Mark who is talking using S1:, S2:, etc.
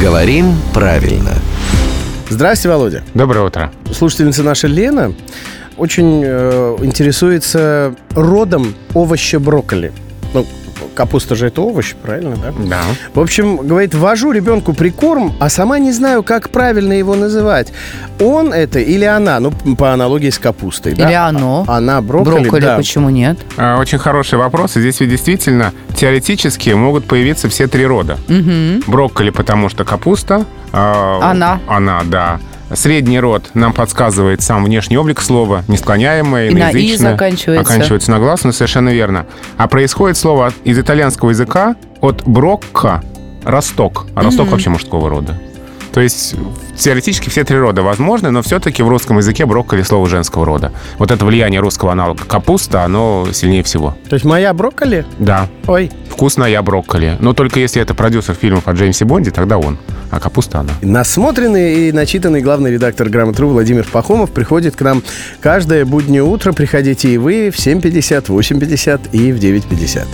S1: Говорим правильно.
S2: Здрасте, Володя.
S3: Доброе утро.
S2: Слушательница наша Лена очень э, интересуется родом овоща брокколи. Ну, капуста же это овощ, правильно, да?
S3: Да.
S2: В общем, говорит, вожу ребенку прикорм, а сама не знаю, как правильно его называть. Он это или она, ну, по аналогии с капустой, да?
S4: Или оно.
S2: А- Она брокколи,
S4: Брокколи,
S2: да.
S4: почему нет?
S3: А, Очень хороший вопрос. И здесь ведь действительно теоретически могут появиться все три рода.
S4: Мгм.
S3: Брокколи, потому что капуста. а,
S4: Она.
S3: Она, да. Средний род нам подсказывает сам внешний облик слова, несклоняемое,
S4: И на «и»
S3: иноязычное,
S4: заканчивается.
S3: Оканчивается на гласную, совершенно верно. А происходит слово от- из итальянского языка от брокко – росток. А росток вообще мужского рода. То есть теоретически все три рода возможны, но все-таки в русском языке брокколи – слово женского рода. Вот это влияние русского аналога капуста, оно сильнее всего.
S2: То есть моя брокколи?
S3: Да.
S2: Ой.
S3: Вкусно я брокколи. Но только если это продюсер фильмов о Джеймсе Бонде, тогда он. А капуста она.
S2: Насмотренный и начитанный главный редактор «Грамотру» Владимир Пахомов приходит к нам каждое буднее утро. Приходите и вы в 7.50, 8.50 и в 9.50.